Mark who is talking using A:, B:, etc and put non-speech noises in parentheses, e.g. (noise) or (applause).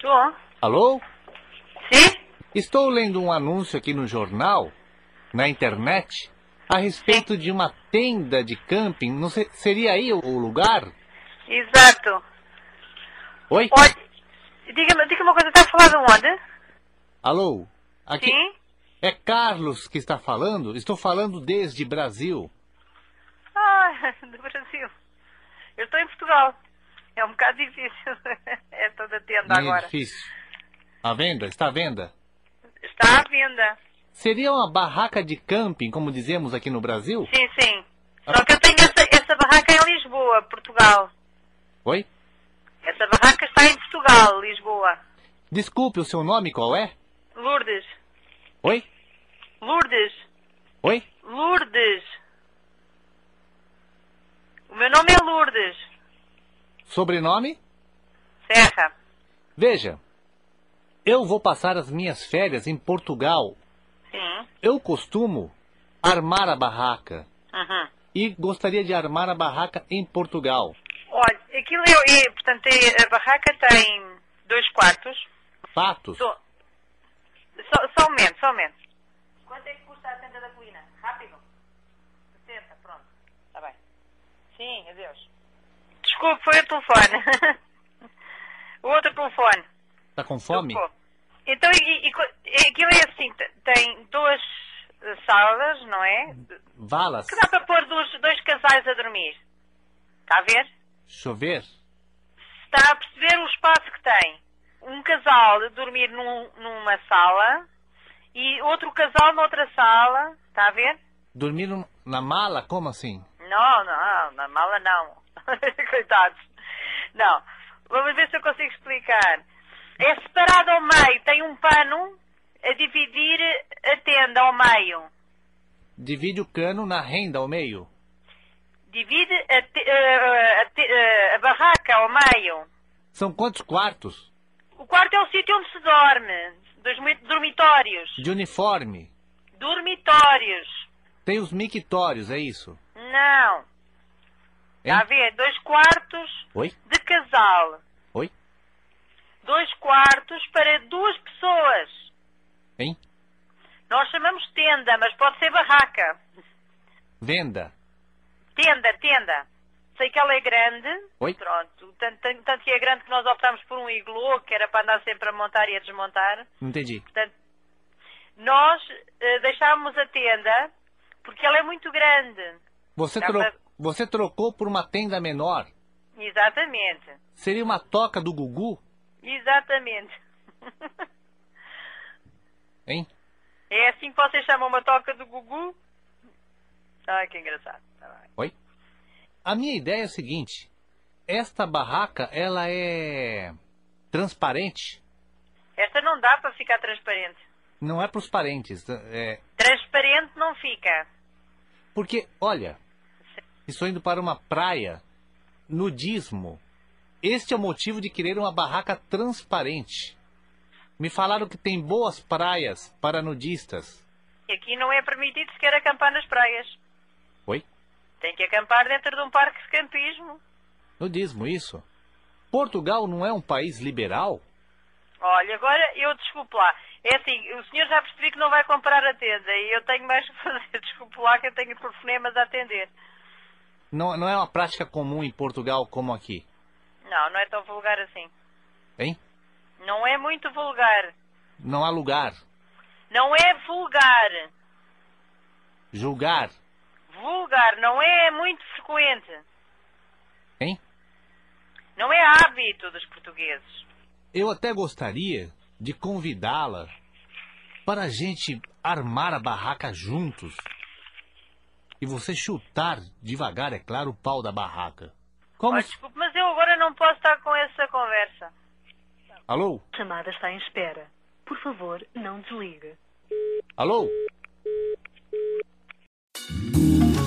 A: Tô.
B: Alô?
A: Sim?
B: Estou lendo um anúncio aqui no jornal, na internet, a respeito de uma tenda de camping. Não sei, seria aí o lugar?
A: Exato.
B: Oi?
A: Olha, diga, diga uma coisa, tá falando onde?
B: Alô? Aqui
A: Sim?
B: é Carlos que está falando. Estou falando desde Brasil.
A: Ah, (laughs) do Brasil. Eu estou em Portugal. É um bocado difícil (laughs) esta da tenda
B: Meio
A: Tá agora.
B: difícil. À venda? Está à venda?
A: Está à venda.
B: Seria uma barraca de camping, como dizemos aqui no Brasil?
A: Sim, sim. Só que eu tenho essa, essa barraca em Lisboa, Portugal.
B: Oi?
A: Essa barraca está em Portugal, Lisboa.
B: Desculpe, o seu nome qual é?
A: Lourdes.
B: Oi?
A: Lourdes.
B: Oi?
A: Lourdes. O meu nome é Lourdes.
B: Sobrenome?
A: Serra.
B: Veja, eu vou passar as minhas férias em Portugal.
A: Sim.
B: Eu costumo armar a barraca
A: Uhum.
B: e gostaria de armar a barraca em Portugal.
A: Olha, aquilo é, é portanto, é- a barraca tem dois quartos.
B: Fatos?
A: Só, só, só um momento, só um momento. Quanto é que custa a tenda da colina? Rápido. 60, pronto. Está bem. Sim, adeus. Desculpe, foi o telefone. (laughs) o outro telefone.
B: Tá com fome?
A: Desculpe. Então, e, e, co- e aquilo é assim, te- tem duas eh, salas, não é?
B: Valas?
A: Que dá para pôr dois, dois casais a dormir. Está a ver?
B: Chover?
A: está a perceber o espaço que tem. Um casal a dormir num- numa sala e outro casal noutra sala. Está a ver?
B: Dormir num- na mala? Como assim?
A: Não, não, na mala não. (laughs) Coitados. Não. Vamos ver se eu consigo explicar. É separado ao meio, tem um pano a dividir a tenda ao meio.
B: Divide o cano na renda ao meio.
A: Divide a, te- eh, a te- eh, a barraca ao meio.
B: São quantos quartos?
A: O quarto é o sítio onde se dorme. Dos mi- dormitórios.
B: De uniforme?
A: Dormitórios.
B: Tem os mictórios, é isso?
A: Não.
B: Hein?
A: Está a ver? Dois quartos
B: Oi?
A: de casal.
B: Oi?
A: Dois quartos para duas pessoas.
B: Hein?
A: Nós chamamos tenda, mas pode ser barraca.
B: Venda?
A: Tenda, tenda. Sei que ela é grande.
B: Oi?
A: Pronto. Tanto, tanto, tanto que é grande que nós optámos por um iglu, que era para andar sempre a montar e a desmontar.
B: Não entendi.
A: Portanto, nós eh, deixámos a tenda porque ela é muito grande.
B: Você,
A: Dá
B: tro-
A: pra-
B: você trocou por uma tenda menor?
A: Exatamente.
B: Seria uma toca do Gugu?
A: Exatamente.
B: Hein?
A: É assim que vocês chamam uma toca do Gugu? Ah, que engraçado. Tá bem.
B: Oi? A minha ideia é a seguinte: esta barraca ela é transparente,
A: Esta não dá para ficar transparente.
B: não é para os parentes, é
A: Transparente não fica.
B: porque olha, estou indo para uma praia, nudismo. Este é o motivo de querer uma barraca transparente. Me falaram que tem boas praias para nudistas.
A: E Aqui não é permitido sequer acampar nas praias.
B: Oi?
A: Tem que acampar dentro de um parque de campismo.
B: Nudismo isso? Portugal não é um país liberal?
A: Olha, agora eu desculpo lá. É assim, o senhor já percebi que não vai comprar a tenda e eu tenho mais (laughs) que fazer. Desculpe lá que eu tenho telefonemas a atender.
B: Não, não é uma prática comum em Portugal como aqui,
A: Não, não é tão vulgar assim.
B: hein?
A: Não é muito vulgar.
B: Não há lugar.
A: Não é vulgar.
B: Julgar,
A: Vulgar não é muito frequente.
B: hein?
A: Não é hábito dos portugueses.
B: Eu até gostaria de convidá-la para a gente armar a barraca juntos. E você chutar devagar, é claro, o pau da barraca. Como.
A: Olha, desculpe, mas eu agora não posso estar com essa conversa.
B: Alô?
C: Chamada está em espera. Por favor, não desligue.
B: Alô?